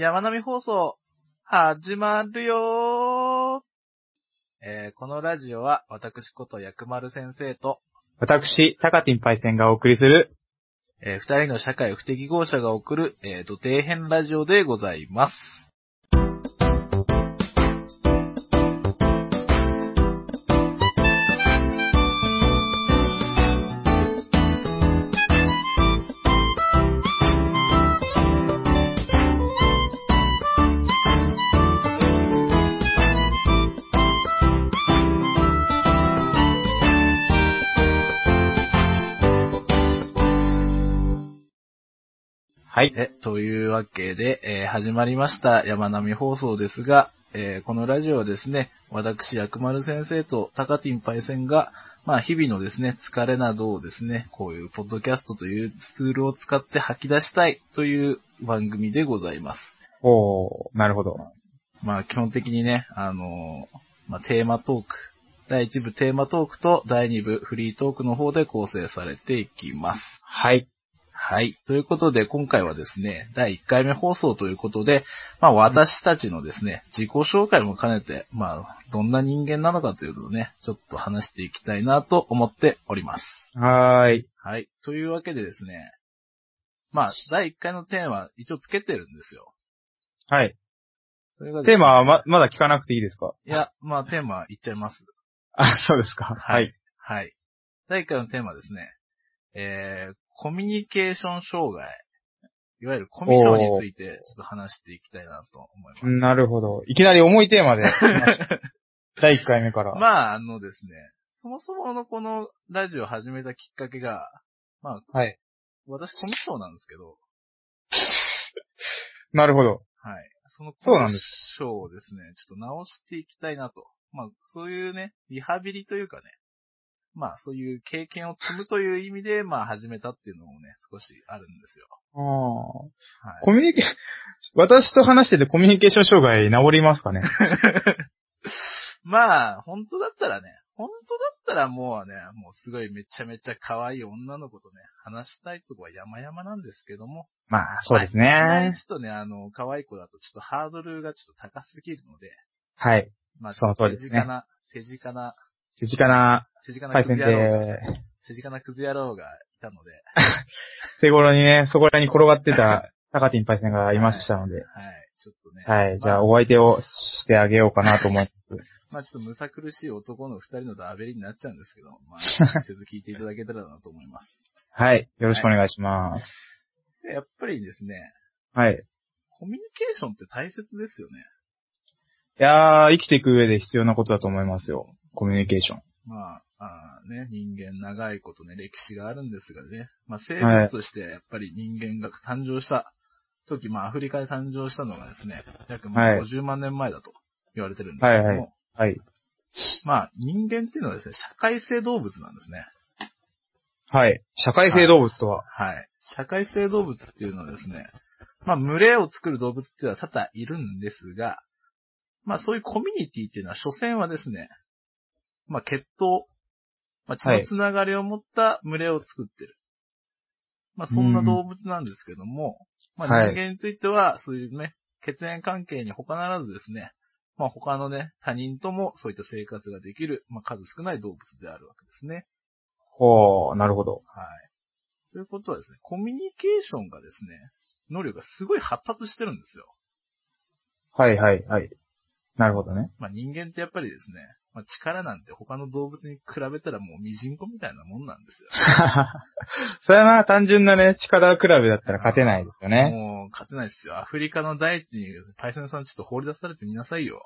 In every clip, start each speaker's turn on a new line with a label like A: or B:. A: 山並放送、始まるよーえーこのラジオは、私こと薬丸先生と、
B: 私、タカティンパイセンがお送りする、
A: えー二人の社会不適合者が送る、えー、土底編ラジオでございます。
B: はい。
A: え、というわけで、えー始まりました山並放送ですが、えーこのラジオはですね、私、薬丸先生と高ティンパイセンが、まあ、日々のですね、疲れなどをですね、こういうポッドキャストというツールを使って吐き出したいという番組でございます。
B: おー、なるほど。
A: まあ、基本的にね、あのーまあ、テーマトーク、第1部テーマトークと第2部フリートークの方で構成されていきます。
B: はい。
A: はい。ということで、今回はですね、第1回目放送ということで、まあ私たちのですね、自己紹介も兼ねて、まあ、どんな人間なのかというのをね、ちょっと話していきたいなと思っております。
B: はーい。
A: はい。というわけでですね、まあ、第1回のテーマ、一応つけてるんですよ。
B: はい。
A: それがですね
B: テーマはま、まだ聞かなくていいですか
A: いや、まあテーマいっちゃいます。
B: あ、そうですか。はい。
A: はい。第1回のテーマですね。えー、コミュニケーション障害。いわゆるコミュ障についてちょっと話していきたいなと思います。
B: なるほど。いきなり重いテーマで、 第1回目から。
A: まあ、あのですね、そもそものこのラジオを始めたきっかけが、まあ、
B: はい。
A: 私コミュ障なんですけど、
B: なるほど。
A: はい。そのコ
B: そう
A: ミ
B: な
A: ュ
B: んです
A: 障をですね、ちょっと直していきたいなと。まあ、そういうね、リハビリというかね、まあ、そういう経験を積むという意味で、まあ、始めたっていうのもね、少しあるんですよ。
B: あー
A: はい。
B: コミュニケ、私と話しててコミュニケーション障害治りますかね
A: まあ、本当だったらね、本当だったらもうね、もうすごいめちゃめちゃ可愛い女の子とね、話したいとこは山々なんですけども、
B: まあ、そうです
A: はい
B: ね
A: ち。ょっとね、あの、可愛い子だとちょっとハードルがちょっと高すぎるので、
B: はい。
A: まあ、
B: その通りですね
A: 手近な、手近な、
B: 手近な、
A: 手近
B: パ
A: な
B: イ
A: ク
B: セン
A: ズ野郎、
B: で、
A: 手近なクズ野郎がいたので、
B: 手頃にね、そこらに転がって た、タカティンパイセンがいましたので。
A: はい、ちょっとね、
B: はい。じゃ
A: ま
B: あ、
A: あ、
B: お相手をしてあげようかなと思います。
A: まあちょっとむさ苦しい男の二人のダーベリになっちゃうんですけど、ま あ、直接聞いていただけたらなと思います。
B: はい。よろしくお願いします。
A: でやっぱりですね、
B: はい。い
A: コミュニケーションって大切ですよね。
B: やー、生きていく上で必要なことだと思いますよ。コミュニケーション。
A: まあ、あーね、人間長いことね、歴史があるんですがね、まあ生
B: は
A: 物
B: い
A: としてやっぱり人間が誕生した時、まあアフリカで誕生したのがですね、約まあ
B: はい
A: 50万年前だと言われてるんですけども、
B: はいははい。
A: まあ人間っていうのはですね、社会性動物なんですね。
B: はい。社会性動物とは。
A: はい。社会性動物っていうのはですね、まあ群れを作る動物っていうのは多々いるんですが、まあそういうコミュニティっていうのは、所詮はですね、まあ血統、まあ血
B: は
A: の
B: い
A: つながりを持った群れを作ってる。まあそんな動物なんですけども、まあ
B: はい
A: 人間については、そういうね、血縁関係に他ならずですね、まあ他のね、他人ともそういった生活ができる、まあ数少ない動物であるわけですね。
B: ほー、なるほど。
A: はい。ということはですね、コミュニケーションがですね、能力がすごい発達してるんですよ。
B: はいはいはい。なるほ どね。
A: まあ人間ってやっぱりですね、まあ、力なんて他の動物に比べたらもうミジンコみたいなもんなんですよ。
B: それはな、単純なね、力比べだったら勝てないですよね。
A: もう勝てないですよ。アフリカの大地にパイセンさんちょっと放り出されてみなさいよ。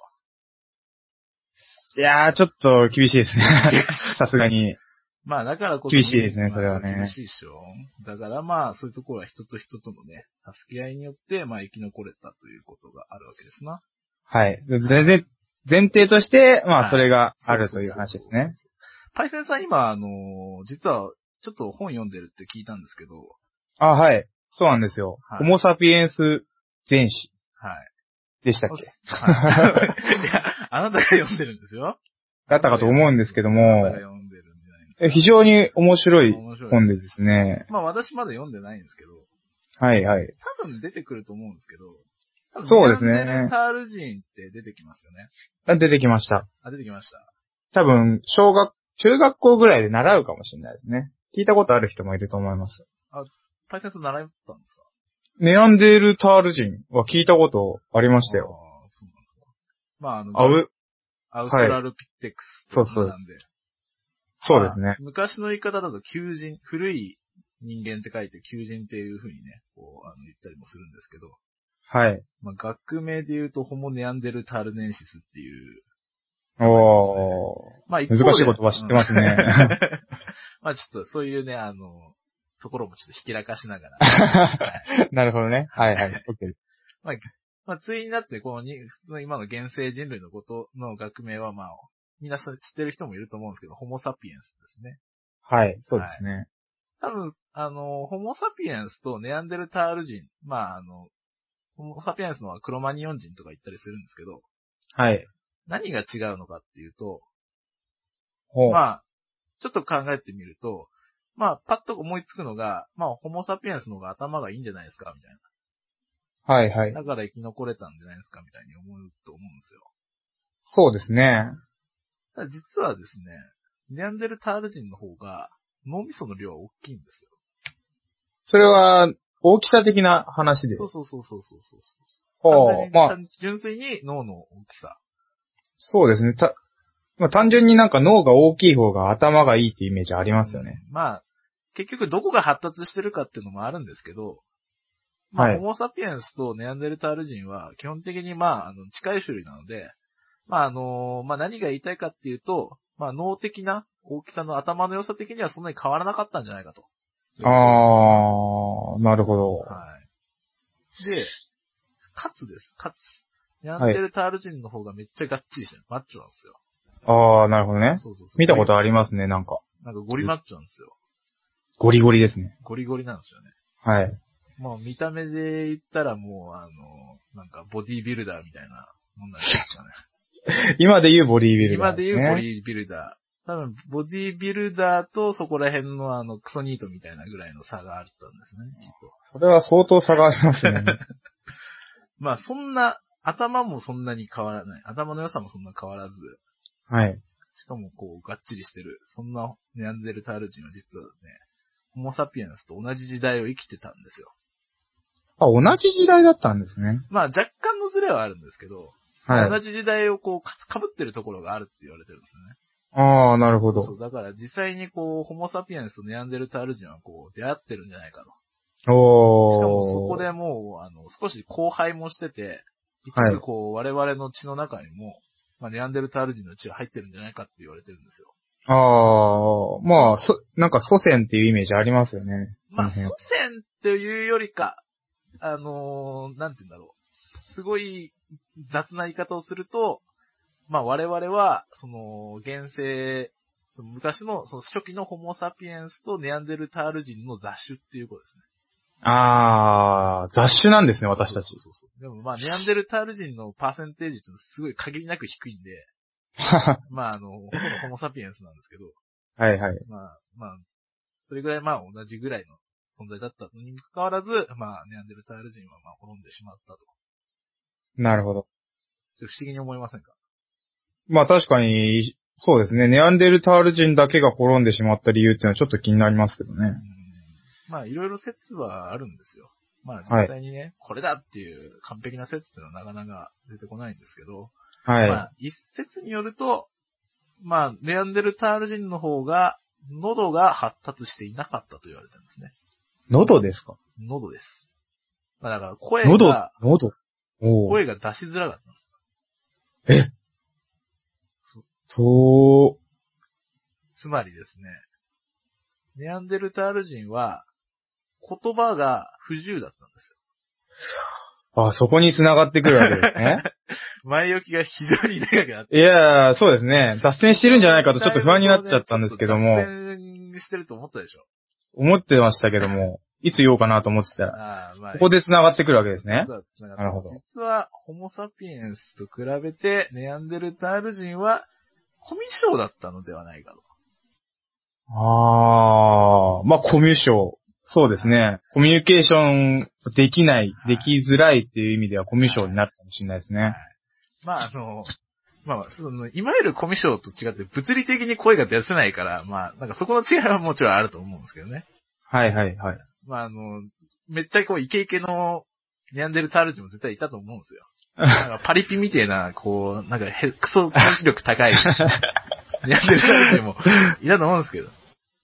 B: いやー、ちょっと厳しいです ね。さすがに。
A: まあだからこそ。
B: 厳しいですね
A: まあ
B: それはね
A: 厳しいでしょ。だからまあそういうところは人と人とのね、助け合いによってまあ生き残れたということがあるわけですな。
B: はい。全然、前提として、ま
A: はい
B: あ、それがあるという話ですね。。
A: パイセンさん今、あのー実はちょっと本読んでるって聞いたんですけど、
B: あ、はい。そうなんですよ。
A: はい
B: ホモサピエンス全史
A: はい。
B: でしたっけ
A: はい、いや、あなたが読んでるんですよ。
B: だったかと思うんですけど
A: あ
B: も
A: なたが読んでるんじゃないんですか。
B: え非常に面白い
A: 面白い。
B: 本でですね。
A: まあ私まだ読んでないんですけど、
B: はいはい。
A: 多分出てくると思うんですけど、
B: そうですね
A: ネアンデルタール人って出てきますよね。
B: あ出てきました。
A: あ、出てきました。
B: 多分、小学、中学校ぐらいで習うかもしれないですね。聞いたことある人もいると思います。
A: パイセンさん習ったんですか
B: ネアンデルタール人は聞いたことありましたよ。
A: あーそうなんですか。まあ、あの、
B: あう、
A: アウストラルピッテックスってことなん
B: はいそうそうですね。
A: まあ昔の言い方だと、求人、古い人間って書いて、求人っていう風にね、こう、あの、言ったりもするんですけど、
B: はい。
A: まあ、学名で言うと、ホモネアンデルタールネンシスっていう、
B: おー。
A: まあ、一方で
B: 難しい言葉知ってますね。
A: まあ、ちょっと、そういうね、あの、ところもちょっとひきらかしなが ら、
B: なるほどね。はいはい。OK
A: まあ、対になって、このに、普通の今の現生人類のことの学名は、まあ、みんな知ってる人もいると思うんですけど、ホモサピエンスですね。
B: はい、そうですね。
A: 多分、あの、ホモサピエンスとネアンデルタール人、まあ、あの、ホモサピエンスのはクロマニオン人とか言ったりするんですけど、
B: はい。
A: 何が違うのかっていうと、
B: ほう。
A: まあ、ちょっと考えてみると、まあ、パッと思いつくのが、まあ、ホモサピエンスの方が頭がいいんじゃないですか、みたい
B: はいはい。
A: な。だから生き残れたんじゃないですか、みたいに思うと思うんですよ。
B: そうですね。
A: ただ実はですね、ネアンデルタール人の方が、脳みその量は大きいんですよ。
B: それは、大きさ的な話で。
A: そうそうそうそうそうそう
B: ほ
A: 単純
B: う。
A: に
B: まあ、
A: 純粋に脳の大きさ。
B: そうですね。た、まあ単純になんか脳が大きい方が頭がいいってイメージありますよね。
A: うん。まあ、結局どこが発達してるかっていうのもあるんですけど、まあ、
B: はい
A: ホモサピエンスとネアンデルタール人は基本的にまあ、あの、近い種類なので、まあ、あの、まあ何が言いたいかっていうと、まあ、脳的な大きさの頭の良さ的にはそんなに変わらなかったんじゃないかと。
B: あー、なるほど。
A: はい。で、かつです、かつ。ネアンデルタール人の方がめっちゃがっちりしてる。マッチョなんですよ。
B: あー、なるほどね。
A: そうそうそう。
B: 見たことありますね、なんか。
A: なんかゴリマッチョなんですよ。
B: ゴリゴリですね。
A: ゴリゴリなんですよね。
B: はい。
A: まあ見た目で言ったらもう、あの、なんかボディービルダーみたいなもんなんじゃないですかね。
B: 今で言うボリービルダ
A: 今
B: ー
A: です
B: ね、
A: 言うボディービルダー。多分、ボディービルダーとそこら辺のあの、クソニートみたいなぐらいの差があったんですね、きっと。
B: それは相当差があります ね。
A: まあそんな、頭もそんなに変わらない。頭の良さもそんな変わらず、
B: はい。
A: しかもこう、がっちりしてる。そんなネアンデルタール人は実はですね、ホモサピエンスと同じ時代を生きてたんですよ。
B: あ、同じ時代だったんですね。
A: まあ若干のズレはあるんですけど、
B: はい。
A: 同じ時代をこう、かかぶってるところがあるって言われてるんですよね。
B: あー、なるほど。
A: そう、だから実際にこう、ホモサピエンスとネアンデルタール人はこう、出会ってるんじゃないかと。
B: おー。
A: しかもそこでもう、あの、少し交配もしてて、一
B: はい
A: 部こう、我々の血の中にも、まあ、ネアンデルタール人の血が入ってるんじゃないかって言われてるんですよ。
B: ああ、まあ、そ、なんか祖先っていうイメージありますよね。そ
A: ま
B: の
A: あ、祖
B: 辺
A: 先
B: は。
A: っていうよりか、あのーなんて言うんだろう。すごい雑な言い方をすると、まあ我々は、その、現世、その昔の、その初期のホモサピエンスとネアンデルタール人の雑種っていうことですね。
B: ああ、雑種なんですね、私たち
A: そ。うそうそう。でもまあ、ネアンデルタール人のパーセンテージっていうのはすごい限りなく低いんで、
B: は
A: まああの、ほとんどホモサピエンスなんですけど、
B: い はい。
A: まあまあ、それぐらいまあ同じぐらいの存在だったのにもかかわらず、まあ、ネアンデルタール人はまあ滅んでしまったと。
B: なるほど。
A: ちょっと不思議に思いませんか
B: まあ確かに、そうですね。ネアンデルタール人だけが滅んでしまった理由っていうのはちょっと気になりますけど
A: う
B: ね。
A: んまあ、いろいろ説はあるんですよ。まあ、
B: はい
A: 実際にね、これだっていう完璧な説っていうのはなかなか出てこないんですけど、
B: はい。
A: まあ、一説によると、まあ、ネアンデルタール人の方が、喉が発達していなかったと言われてるんですね。
B: 喉ですか
A: 喉です。まあ、だから声
B: 喉
A: が、、
B: 喉。おお。
A: 声が出しづらかったんです。
B: え
A: そう
B: そう、
A: つまりですね、ネアンデルタール人は、言葉が不自由だったんですよ
B: あ、そこに繋がってくるわけですね。
A: 前置きが非常に長くなって。
B: いやー、そうですね。脱線してるんじゃないかとちょっと不安になっちゃったんですけども
A: ちょっ。と脱線してると思ったでしょ。
B: 思ってましたけども、いつ言おうかなと思ってたら、
A: ああ、まあ。
B: ここで繋がってくるわけですね
A: 実。は繋がって
B: なるほど
A: 実は、ホモサピエンスと比べて、ネアンデルタール人は、コミュ障だったのではないかと。
B: あー、まあ、コミュ障。そうですね。コミュニケーションできない、
A: は
B: で
A: い
B: きづらいっていう意味ではコミュ障になるかもしれないですね。
A: まあ、あの、まあ、その、いわゆるコミュ障と違って、物理的に声が出せないから、まあ、なんかそこの違いはもちろんあると思うんですけどね。
B: はいはいはい。
A: まあ、あの、めっちゃこう、イケイケの、ニャンデルタール人も絶対いたと思うんですよ。なんかパリピみたいな、こう、なんかへ、クソ、攻撃力 高い、ニャンデルタール人もいたと思うんですけど。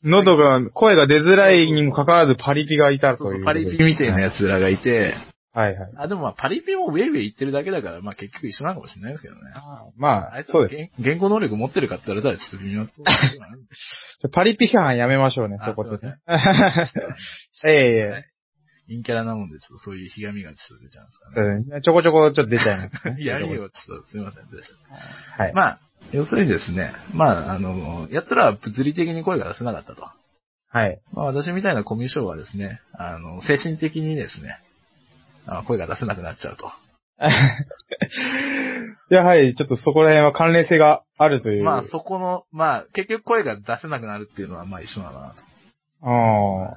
B: 喉が、声が出づらいにもかかわらずパリピがいた
A: そう
B: と
A: そ、
B: いうう。
A: パリピみたいな
B: や
A: 奴らがいて、
B: つ。はいはい。
A: あ、でもまあ、パリピもウェイウェイ言ってるだけだから、まあ結局一緒なのかもしれないですけどね。
B: ま
A: あ
B: あ
A: い、つ
B: そう
A: は
B: です。
A: 言言語能力持ってるかって言われたらちょっと微妙なところがあ るんで
B: パリピ批判やめましょうね、
A: あ
B: そこですね。
A: すいま
B: ええい
A: は
B: え
A: い陰キャラなもんで、ちょっとそういうひがみがちょっと出ちゃうんですかね。。
B: うんちょこちょこちょっと出ちゃいます、ね
A: やりよ、ちょっとすいませんでし
B: は
A: た。
B: い。
A: まあ、要するにですね、まあ、あの、やったら物理的に声が出せなかったと。
B: はい。
A: まあ、私みたいなコミュ障はですね、あの、精神的にですね、あ声が出せなくなっちゃうと。
B: やはり、ちょっとそこら辺は関連性があるという。
A: まあ、そこの、まあ、結局声が出せなくなるっていうのは、まあ一緒だなと。
B: あ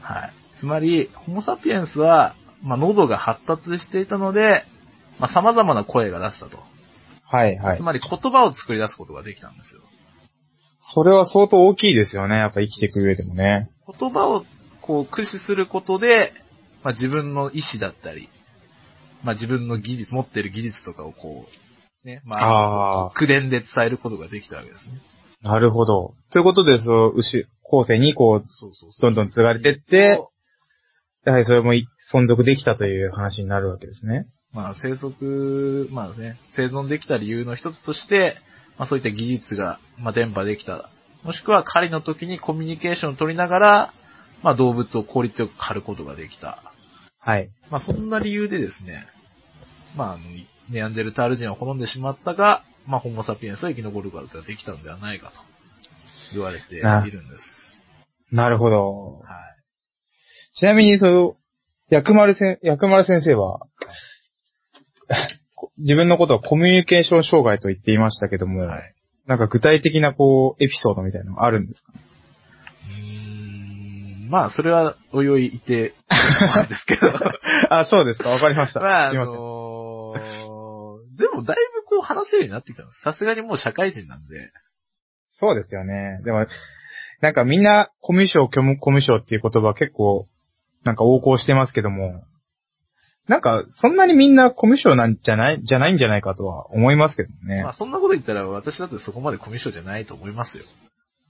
A: はい。つまり、ホモサピエンスは、まあ、喉が発達していたので、まあ、様々な声が出したと。
B: あ。はいはい
A: つ。まり言葉を作り出すことができたんですよ。
B: それは相当大きいですよね。やっぱ生きていく上でもね。
A: 言葉をこう駆使することで、まあ、自分の意志だったり、まあ、自分の技術、持ってる技術とかをこう、ね、まあ、
B: ああ、
A: 口伝で伝えることができたわけですね。
B: なるほど。ということで、そう、牛、後世にこう、
A: そうそうそう。
B: どんどん継がれてってやはりそれもい存続できたという話になるわけですね。
A: まあ、生息、まあね、生存できた理由の一つとして、まあそういった技術が、まあ伝播できた。もしくは狩りの時にコミュニケーションを取りながら、まあ動物を効率よく狩ることができた。
B: はい。
A: まあそんな理由でですね、まああの、ネアンデルタール人は滅んでしまったが、まあホモサピエンスは生き残ることができたのではないかと言われているんです。
B: なるほど。
A: はい。
B: ちなみに、その、薬丸先、薬丸先生は、 こ自分のことをコミュニケーション障害と言っていましたけども、
A: はい
B: なんか具体的なこう、エピソードみたいなのがあるんですか
A: うーんまあそれはおいおいいて、なんですけど。
B: あ、そうですか。わかりました。
A: まあ、あ
B: すいません
A: のー、でもだいぶこう話せるようになってきたの。さすがにもう社会人なんで。
B: そうですよね。でも、なんかみんな、コミュ障、虚無コミュ障っていう言葉結構、なんか横行してますけども、なんか、そんなにみんなコミュ障なんじゃない、じゃないんじゃないかとは思いますけどね。
A: まあそんなこと言ったら私だってそこまでコミュ障じゃないと思いますよ。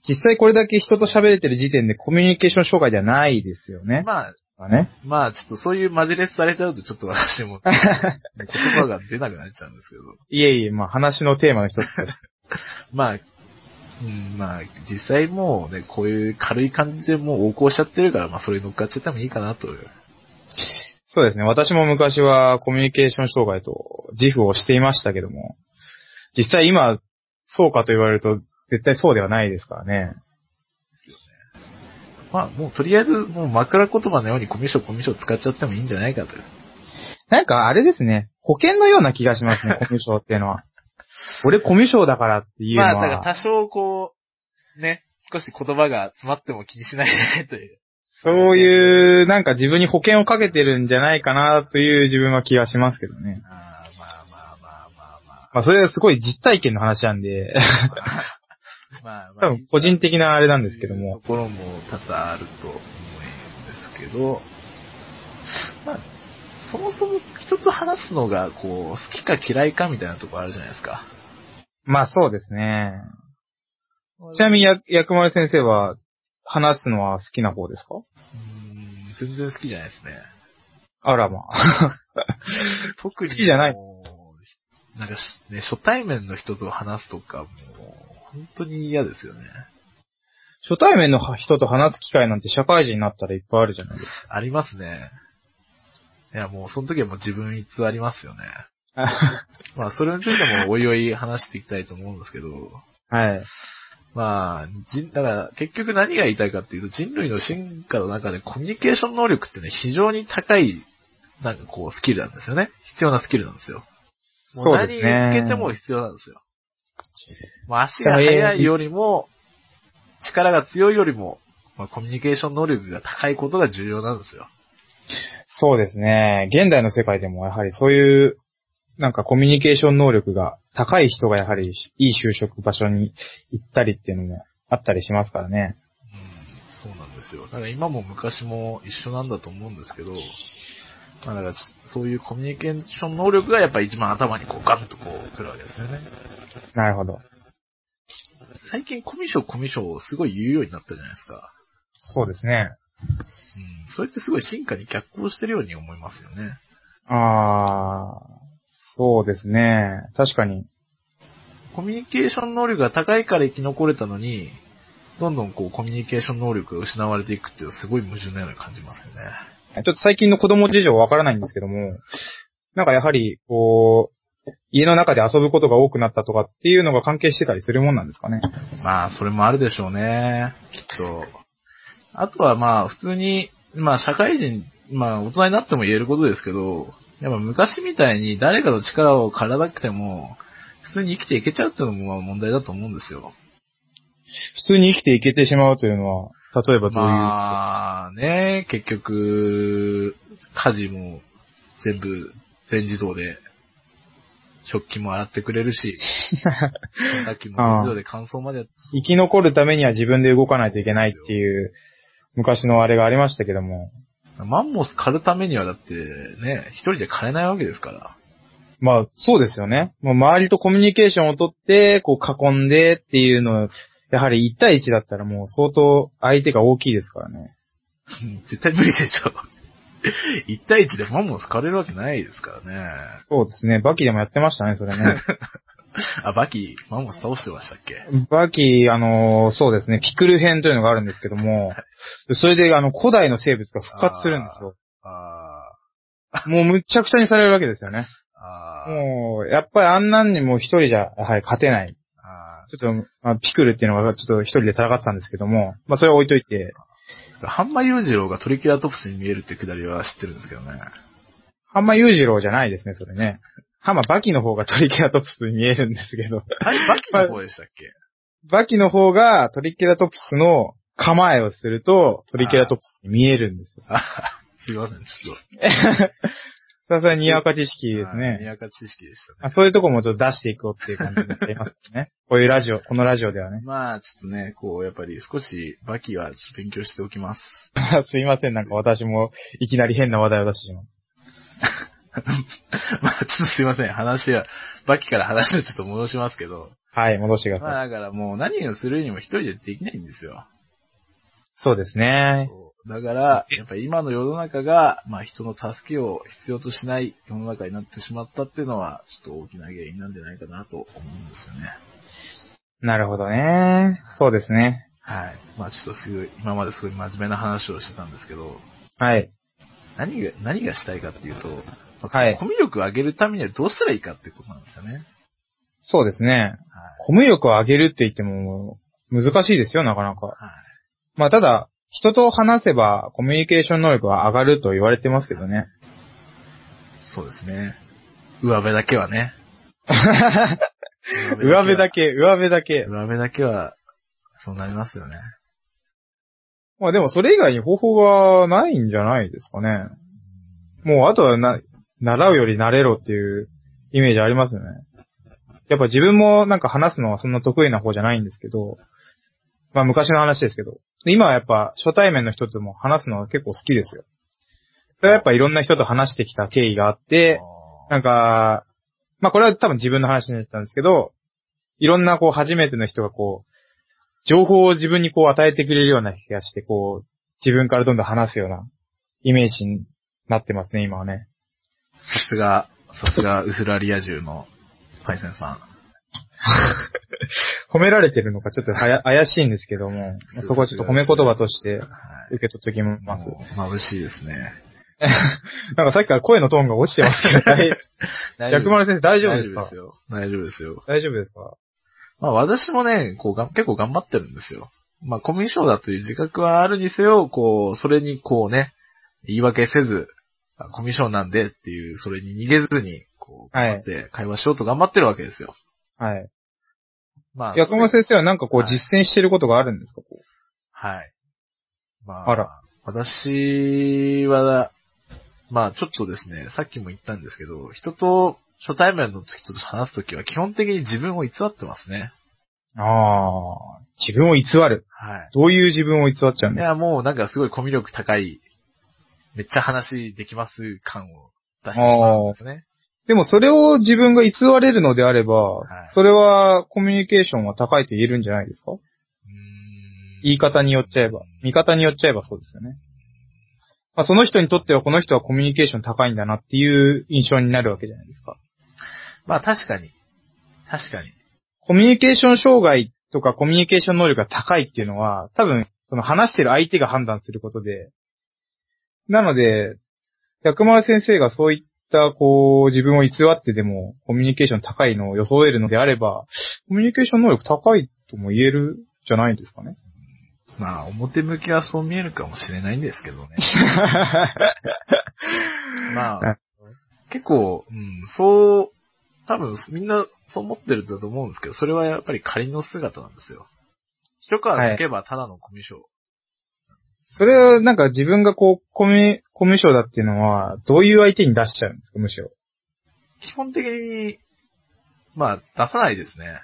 B: 実際これだけ人と喋れてる時点でコミュニケーション障害じゃないですよね。
A: まあ、
B: ね
A: まあちょっとそういう混じ列されちゃうとちょっと私 も言葉が出なくなっちゃうんですけど。
B: いえいえ、まあ話のテーマの一つとして。
A: まあ、うん、まあ実際もうね、こういう軽い感じでもう横行しちゃってるから、まあそれに乗っかっちゃってもいいかなと。
B: そうですね。私も昔はコミュニケーション障害と自負をしていましたけども、実際今、そうかと言われると、絶対そうではないですからね。
A: まあもうとりあえずもう枕言葉のようにコミュ障コミュ障使っちゃってもいいんじゃないかという。
B: なんかあれですね、保険のような気が しますね、コミュ障っていうのは。俺コミュ障だからっていうの
A: まあ、だ
B: は。
A: から多少こう、ね、少し言葉が詰まっても気にしないでという。
B: そういう、なんか自分に保険をかけてるんじゃないかなという自分は気がしますけどね。
A: ああ、まあまあまあま
B: まあそれはすごい実体験の話なんで、
A: あまあ。まあま
B: 多分個人的なあれなんですけど
A: そういう
B: も。
A: ところも多々あると思うんですけど、まあ、そもそも人と話すのが、こう、好きか嫌いかみたいなところあるじゃないですか。
B: まあそうですね。ちなみにや、薬丸先生は、話すのは好きな方ですか
A: うん全然好きじゃないですね。
B: あらまあ。
A: 特に。
B: 好きじゃない
A: もう。なんかし、ね、初対面の人と話すとか、もう、本当に嫌ですよね。
B: 初対面の人と話す機会なんて社会人になったらいっぱいあるじゃないです
A: ありますね。いや、もう、その時はもう自分偽りますよね。
B: か。
A: まあ、それについてもおいおい話していきたいと思うんですけど、
B: はい。
A: まあ、人、だから、結局何が言いたいかっていうと、人類の進化の中でコミュニケーション能力ってね、非常に高い、なんかこう、スキルなんですよね。必要なスキルなんですよ。もう
B: そう
A: 何
B: で
A: に
B: す
A: つけ
B: ね
A: ても必要なんですよ。もう足が速いよりも、力が強いよりも、まあ、コミュニケーション能力が高いことが重要なんですよ。
B: そうですね。現代の世界でもやはりそういう、なんかコミュニケーション能力が高い人がやはりいい就職場所に行ったりっていうのもあったりしますからね。
A: うん、そうなんですよ。だから今も昔も一緒なんだと思うんですけど、まあ、だからそういうコミュニケーション能力がやっぱ一番頭にこうガンとこう来るわけですよね。
B: なるほど。
A: 最近コミュ障コミュ障をすごい言うようになったじゃないですか。
B: そうですね。
A: うん、それってすごい進化に逆行してるように思いますよね。
B: あー、そうですね。確かに。
A: コミュニケーション能力が高いから生き残れたのに、どんどんこうコミュニケーション能力が失われていくっていうのはすごい矛盾なように感じますよね。
B: ちょっと最近の子供事情はわからないんですけども、なんかやはり、こう、家の中で遊ぶことが多くなったとかっていうのが関係してたりするもんなんですかね。
A: まあ、それもあるでしょうね。きっと。あとはまあ、普通に、まあ、社会人、まあ、大人になっても言えることですけど、やっぱ昔みたいに誰かの力を借らなくても、普通に生きていけちゃうっていうのもまあ問題だと思うんですよ。
B: 普通に生きていけてしまうというのは、例えばどういう、
A: まあね、結局、家事も全部全自動で、食器も洗ってくれるし、洗濯機も全自動で乾燥までやって
B: 生き残るためには自分で動かないといけないっていう、昔のあれがありましたけども、
A: マンモス狩るためにはだってね、一人じゃ狩れないわけですから。
B: まあ、そうですよね。もう周りとコミュニケーションをとって、こう囲んでっていうのを、やはり1対1だったらもう相当相手が大きいですからね。
A: うん絶対無理でしょ。 一対一でマンモス狩れるわけないですからね。
B: そうですね。バキでもやってましたね、そ れね。
A: あ、バキ、マンモス倒してましたっけ
B: バキ、あのーそうですね、ピクル編というのがあるんですけども、それで、あの、古代の生物が復活するんですよ。
A: あ
B: もうむっちゃくちゃにされるわけですよね。
A: ーあー、
B: もう、やっぱりあんなんにもう一人じゃ、はい、勝てない。
A: あ
B: ちょっと、まあ、ピクルっていうのがちょっと一人で戦ってたんですけども、まあ、それは置いといて、
A: ーハンマユージロウがトリキュラトプスに見えるってくだりは知ってるんですけどね。
B: ハンマ裕次郎じゃないですね、それね。ハンマバキの方がトリケラトプスに見えるんですけど、
A: あれ、バキの方でしたっけ
B: バキの方がトリケラトプスの構えをすると、トリケラトプスに見えるんですよ。
A: あすいません、ちょっと。
B: さすがににわか知識です
A: あーに
B: ね。
A: わか知識でした
B: あ
A: ね。
B: そういうとこもちょっと出していこうっていう感じになっています ね。こういうラジオ、このラジオではね。
A: まあ、ちょっとね、こう、やっぱり少し、バキはちょっと勉強しておきます。
B: すいません、なんか私もいきなり変な話題を出してしまう。
A: まあ、ちょっとすいません、話は、バキから話をちょっと戻しますけど、
B: はい、戻 してください。
A: まあ、だからもう何をするにも一人じゃできないんですよ。
B: そうですね。
A: そうだから、やっぱり今の世の中が、まあ人の助けを必要としない世の中になってしまったっていうのは、ちょっと大きな原因なんじゃないかなと思うんですよね。
B: なるほどね。そうですね。
A: はい。まあちょっとすごい、今まですごい真面目な話をしてたんですけど、
B: はい。
A: 何が、何がしたいかっていうと、まあ
B: はい
A: コミュ力を上げるためにはどうしたらいいかっていうことなんですよね。
B: そうですね。
A: は
B: コミュ力を上げるって言っても、難しいですよ、なかなか。
A: い。はい。
B: まあ、ただ、人と話せば、コミュニケーション能力は上がると言われてますけどね。
A: そうですね。上辺だけはね。
B: 上辺だ
A: け
B: け、上辺だけ
A: は。。上辺だけは、そうなりますよね。
B: まあ、でもそれ以外に方法はないんじゃないですかね。もう、あとはな、習うより慣れろっていうイメージありますよね。やっぱ自分もなんか話すのはそんな得意な方じゃないんですけど、まあ昔の話ですけど、で今はやっぱ初対面の人とも話すのは結構好きですよ。それはやっぱいろんな人と話してきた経緯があって、
A: あー
B: なんか、まあこれは多分自分の話になってたんですけど、いろんなこう初めての人がこう、情報を自分にこう与えてくれるような気がして、こう、自分からどんどん話すようなイメージになってますね、今はね。
A: さすが、さすが、ウスラリア州のパイセンさん。
B: 褒められてるのかちょっとはや怪しいんですけども、まあそこはちょっと褒め言葉とし
A: は
B: て
A: い。
B: 受け取っときます。
A: もう眩しいですね。
B: なんかさっきから声のトーンが落ちてますけど 大、 薬丸先生大丈夫で
A: 大
B: す
A: 丈夫
B: か
A: ですよ。大丈夫ですよ。
B: 大丈夫ですか
A: まあ私もね、こうが、結構頑張ってるんですよ。まあコミュ障だという自覚はあるにせよ、こう、それにこうね、言い訳せず、あコミュ障なんでっていう、それに逃げずに、こう、
B: はい
A: 頑張って会話しようと頑張ってるわけですよ。
B: はい。
A: まあ、
B: 薬丸先生はなんかこう
A: はい
B: 実践してることがあるんですかこう
A: はい。まあ、
B: あら。
A: 私は、まあちょっとですね、さっきも言ったんですけど、人と初対面の時と話す時は基本的に自分を偽ってますね。
B: ああ、自分を偽る。
A: はい。
B: どういう自分を偽っちゃうん
A: い
B: ですか
A: や、もうなんかすごいコミュ力高い、めっちゃ話できます感を出してしまうんですね。
B: でもそれを自分が偽れるのであれば、
A: い
B: それはコミュニケーションは高いと言えるんじゃないですか
A: うーん
B: 言い方によっちゃえば。見方によっちゃえばそうですよね。まあ、その人にとってはこの人はコミュニケーション高いんだなっていう印象になるわけじゃないですか。
A: まあ確かに。確かに。
B: コミュニケーション障害とかコミュニケーション能力が高いっていうのは、多分、その話してる相手が判断することで、なので、薬丸先生がそういった、こう、自分を偽ってでも、コミュニケーション高いのを装えるのであれば、コミュニケーション能力高いとも言えるじゃないですかね。
A: まあ表向きはそう見えるかもしれないんですけどね。まあ、結構、うん、そう、多分みんなそう思ってるんだと思うんですけど、それはやっぱり仮の姿なんですよ。一皮抜けばただのコミュ障。
B: それは、なんか自分がこう、コミ、コミュ障だっていうのは、どういう相手に出しちゃうんですか、むしろ。
A: 基本的に、まあ出さないですね。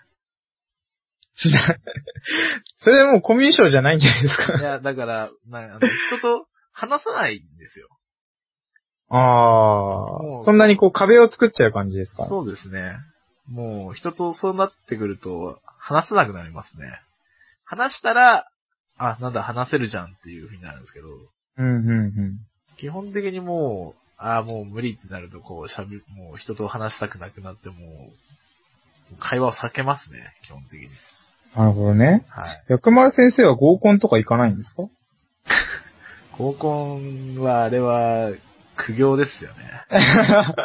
B: それはもうコミュ障じゃないんじゃないで す
A: い
B: か。
A: や、だから、なあの人と話さないんですよ。
B: あ
A: もう
B: あ、そんなにこう壁を作っちゃう感じですか
A: そうですね。もう人とそうなってくると話せなくなりますね。話したら、あ、なんだ話せるじゃんっていう風になるんですけど、
B: うんうんうん。
A: 基本的にもう、ああ、もう無理ってなると、こう、しゃべ、もう人と話したくなくなって、もう、会話を避けますね、基本的に。
B: なるほどね。
A: はい。
B: 薬丸先生は合コンとか行かないんですか
A: 合コンは、あれは、苦行ですよね。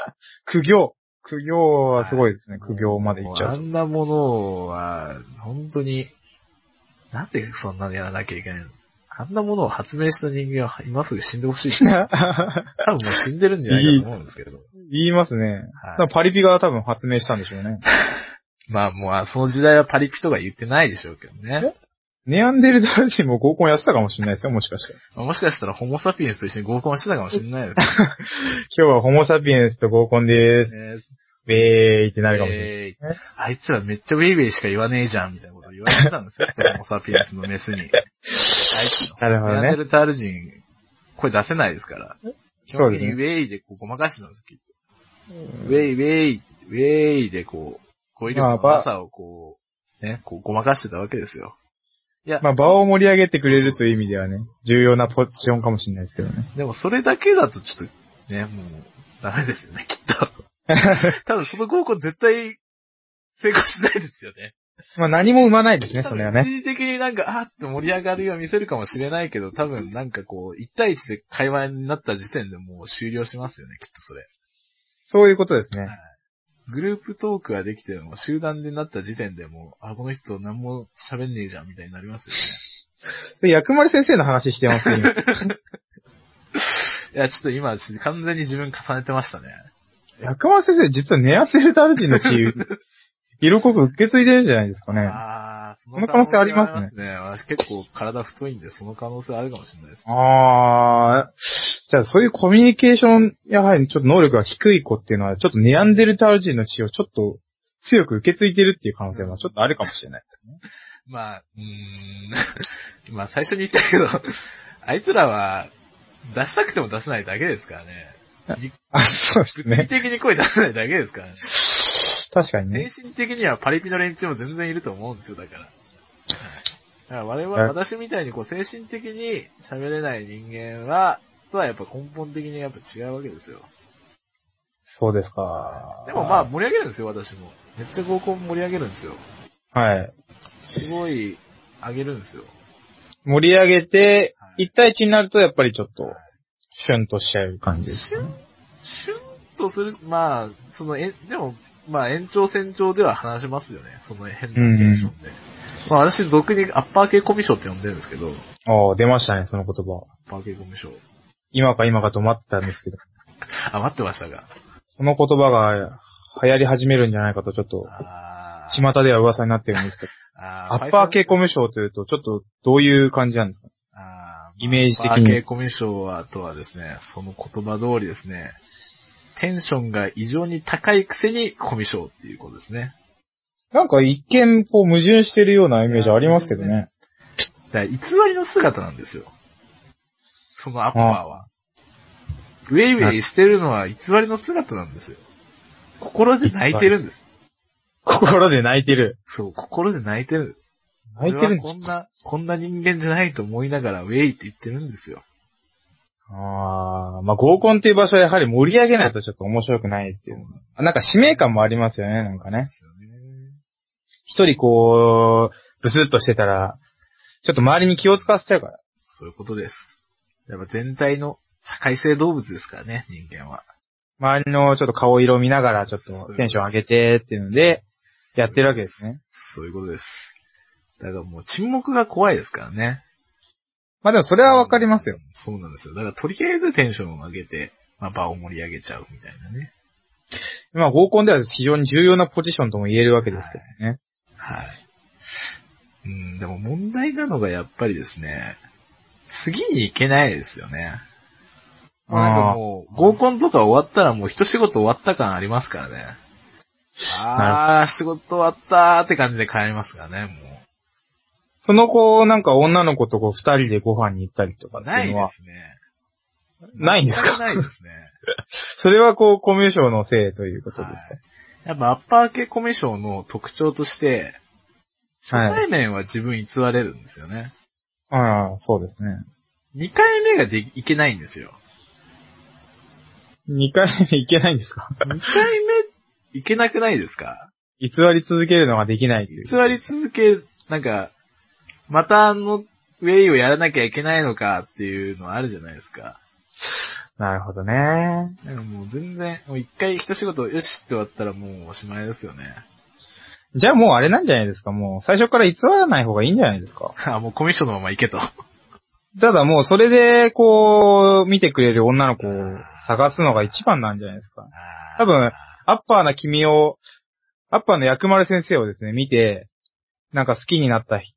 B: 苦行。苦行はすごいですね。苦行まで行っちゃ
A: も
B: う
A: あ
B: と。
A: んなものは、本当に、なんでそんなのやらなきゃいけないのあんなものを発明した人間は今すぐ死んでほ しい。多分もう死んでるんじゃないかと思うんですけど。
B: 言いますね。
A: は
B: パリピが多分発明したんでしょうね。
A: い、まあもうあ、その時代はパリピとか言ってないでしょうけどね。
B: ネアンデルタール人も合コンやってたかもしれないですよ、もしかして。
A: まあもしかしたらホモサピエンスと一緒に合コンしてたかもしれないです
B: 今日はホモサピエンスと合コンでーす。
A: ね。
B: ウェーイ ってなるかもしれない。
A: えーあいつらめっちゃウェイウェイしか言わねえじゃん、みたいなこと言われてたんですよ、ホモサピエンスのメスに。あいつ
B: なる
A: の、
B: ほど
A: ネアンデ
B: ね。
A: ルタール人、声出せないですから。基
B: そう
A: 本
B: です
A: 的
B: ね
A: にウェイでこうごまかしてたんです、きっとウェイウェイ、ウェイでこう、語彙力のなさをこう、ね、こうごまかしてたわけですよ。いや、
B: まあ、場を盛り上げてくれるという意味ではね、重要なポジションかもしれないですけどね。
A: でもそれだけだとちょっと、ね、もう、ダメですよね、きっと。 多分その合コン絶対、成功しないですよね。
B: まあ、何も生まないですね、
A: 多
B: そ
A: 分
B: れはね。
A: 一時的になんか、あーって盛り上がりを見せるかもしれないけど、多分なんかこう、1対1で会話になった時点でもう終了しますよね、きっとそれ。
B: そういうことですね。
A: グループトークができても、集団でなった時点でもう、あ、この人何も喋んねえじゃん、みたいになりますよね。
B: それ薬丸先生の話してますね。
A: いや、ちょっと今、完全に自分重ねてましたね。
B: 薬丸先生、実はネアンデルタール人の血、 色濃く受け継いでるんじゃないですかね。
A: ああ、そ
B: その可能性ありますね
A: 可能性ありますね。私結構体太いんで、その可能性あるかもしれないです。
B: あー、じゃあそういうコミュニケーション、やはりちょっと能力が低い子っていうのは、ちょっとネアンデルタール人の血をちょっと強く受け継いでるっていう可能性はちょっとあるかもしれない。
A: まあ、うーん、 まあ最初に言ったけど、あいつらは、出したくても出せないだけですからね。
B: あ、そうです
A: 物理
B: ね。
A: 的に声出せないだけですからね。
B: 確かにね
A: 精。神的にはパリピの連中も全然いると思うんですよ、だから。はいだから我々、
B: はい
A: 私みたいにこう精神的に喋れない人間は、とはやっぱ根本的にやっぱ違うわけですよ。
B: そうですか。
A: でもまあ、盛り上げるんですよ、私も。めっちゃ合コン盛り上げるんですよ。
B: はい。
A: すごい、上げるんですよ。
B: 盛り上げて、
A: はい
B: 1対1になるとやっぱりちょっと、シュンとしちゃう感じです。
A: シュン、シュンとする、まあ、その、え、でも、まあ、延長線上では話しますよね。その変なテンションで。まあ、私、俗にアッパー系コミショって呼んでるんですけど、アッ
B: ああ、出ましたね、その言葉。
A: パー系コミショ
B: 今か今かと待ってたんですけど、
A: あ、待ってましたが。
B: その言葉が流行り始めるんじゃないかとちょっと、
A: あー
B: 巷では噂になってるんですけど、
A: あ
B: アッパー系コ
A: ミ
B: ミュ障というと、ちょっとどういう感じなんですか
A: あー
B: イメージ
A: パ
B: 的
A: ーケ
B: に
A: ー。コミュ障は、とはですね、その言葉通りですね、テンションが異常に高いくせにコミュ障っていうことですね。
B: なんか一見、こう、矛盾してるようなイメージありますけどね。
A: だから偽りの姿なんですよ。そのアッパーは。ウェイウェイしてるのは偽りの姿なんですよ。心で泣いてるんです。
B: 心で泣いてる。
A: そう、心で泣いてる。
B: 泣いてる
A: 俺は
B: んで
A: こん
B: す
A: な、こんな人間じゃないと思いながら、ウェイって言ってるんですよ。
B: ああ、まあ合コンっていう場所はやはり盛り上げないとちょっと面白くないですよね。なんか使命感もありますよね、なんかね
A: で。すよね。
B: 一人こう、ブスッとしてたら、ちょっと周りに気を使わせちゃうから。
A: そういうことです。やっぱ全体の社会性動物ですからね、人間は。
B: 周りのちょっと顔色を見ながらちょっとテンション上げてっていうので、やってるわけですね。
A: そういうことです。だからもう沈黙が怖いですからね。
B: まあでもそれはわかりますよ。。
A: そうなんですよ。だからとりあえずテンションを上げて、まあ場を盛り上げちゃうみたいなね。
B: まあ合コンでは非常に重要なポジションとも言えるわけですけどね。
A: はい。うん、でも問題なのがやっぱりですね、次に行けないですよね。
B: あー
A: なんかもう、合コンとか終わったらもう一仕事終わった感ありますからね。あー、仕事終わったーって感じで帰りますからね、もう。
B: その子、なんか女の子とこう二人でご飯に行ったりとかって
A: ない
B: い
A: で
B: うのは、
A: すね。
B: ないんですか
A: ないですね。
B: それはこうコミュ障のせいということですか、
A: やっぱアッパー系コミュ障の特徴として、初
B: はい
A: 対面は自分偽れるんですよね。
B: ああ、そうですね。
A: 二回目がでいけないんですよ。
B: 二回目いけないんですか
A: 二回目いけなくないですか
B: 偽り続けるのができないっていう。
A: 偽り続け、なんか、またあのウェイをやらなきゃいけないのかっていうのあるじゃないですか。
B: なるほどね。
A: なんかもう全然、もう一回一仕事よしって終わったらもうおしまいですよね。
B: じゃあもうあれなんじゃないですかもう最初から偽らない方がいいんじゃないですか
A: あ、もうコミュ障のままいけと。
B: ただもうそれで、こう、見てくれる女の子を探すのが一番なんじゃないですか多分、アッパーな君を、アッパーの薬丸先生をですね、見て、なんか好きになったひ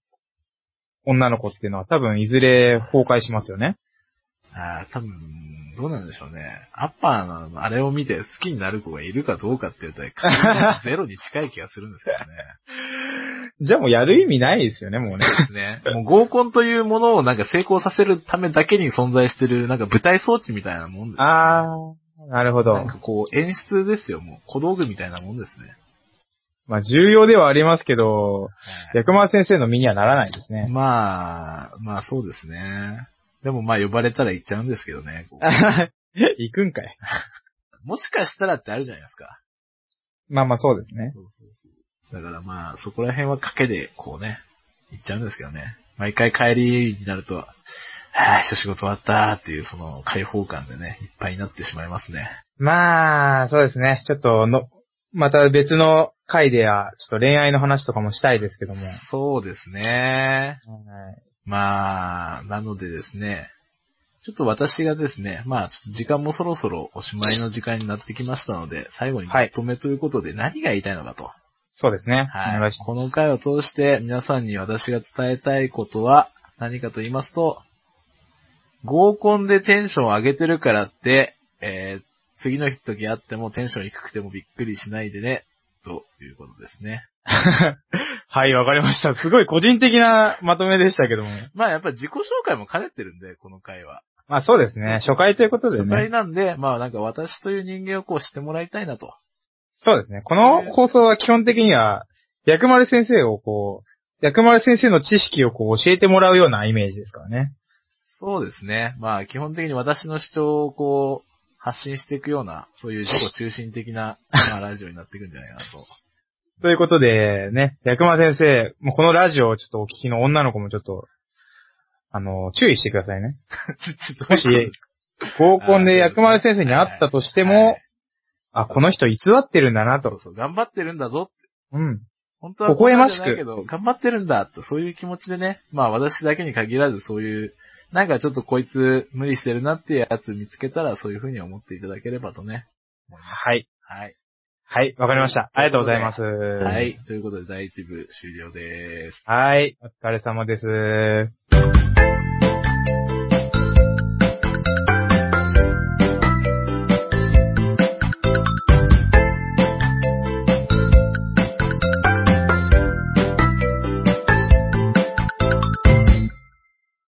B: 女の子っていうのは多分いずれ崩壊しますよね。
A: ああ、多分、どうなんでしょうね。アッパーのあれを見て好きになる子がいるかどうかって言うと、 ゼロに近い気がするんですけどね。
B: じゃあもうやる意味ないですよね、もう ね。
A: そうですね。もう合コンというものをなんか成功させるためだけに存在してる、なんか舞台装置みたいなもんです、ね。
B: あー、なるほ
A: な
B: ど
A: ん。かこう、演出ですよ、もう。小道具みたいなもんですね。
B: まあ重要ではありますけど、薬丸先生の身にはならないで すね。
A: まあ、まあそうですね。でもまあ呼ばれたら行っちゃうんですけどね。こう
B: 行くんかい。
A: もしかしたらってあるじゃないですか。
B: まあまあそうですね。
A: そうそうそう。だからまあ、そこら辺は賭けで、こうね、行っちゃうんですけどね。毎回帰りになると、はぁ、一仕事終わったーっていう、その解放感でね、いっぱいになってしまいますね。
B: まあ、そうですね。ちょっとの、また別の回では、ちょっと恋愛の話とかもしたいですけども。
A: そうですね。
B: はい
A: まあ、なのでですね、ちょっと私がですね、まあ、ちょっと時間もそろそろおしまいの時間になってきましたので、最後にまとめということで何が言いたいのかと。
B: そうですね。お
A: は
B: 願
A: い
B: いし。ます
A: この回を通して皆さんに私が伝えたいことは何かと言いますと、合コンでテンションを上げてるからって、えー、次の日時あってもテンション低くてもびっくりしないでね、ということですね。
B: はい、わかりました。すごい個人的なまとめでしたけども。
A: まあやっぱり自己紹介も兼ねてるんで、この回は。
B: まあそうですね。初回ということで
A: 初回
B: ね。
A: なんで、まあなんか私という人間をこうしてもらいたいなと。
B: そうですね。この放送は基本的には、薬丸先生をこう、薬丸先生の知識をこう教えてもらうようなイメージですからね。
A: そうですね。まあ基本的に私の主張をこう、発信していくような、そういう自己中心的 な、まあラジオになっていくんじゃないかなと。
B: ということで、ね、薬丸先生、もうこのラジオをちょっとお聞きの女の子もちょっと、あの、注意してくださいね。 もし合コンで薬丸先生に会ったとしても、あ、この人偽ってるんだな
A: そう
B: と。
A: そう、頑張ってるんだぞって。
B: うん。
A: 本当はこうなんじゃないけど、頑張ってるんだと、そういう気持ちでね、まあ私だけに限らずそういう、なんかちょっとこいつ無理してるなっていうやつ見つけたら、そういうふうに思っていただければとね。
B: はい。
A: はい。
B: はい、わかりました。ありがとうございます。
A: はい。ということで第一部終了です。
B: はい。お疲れ様です。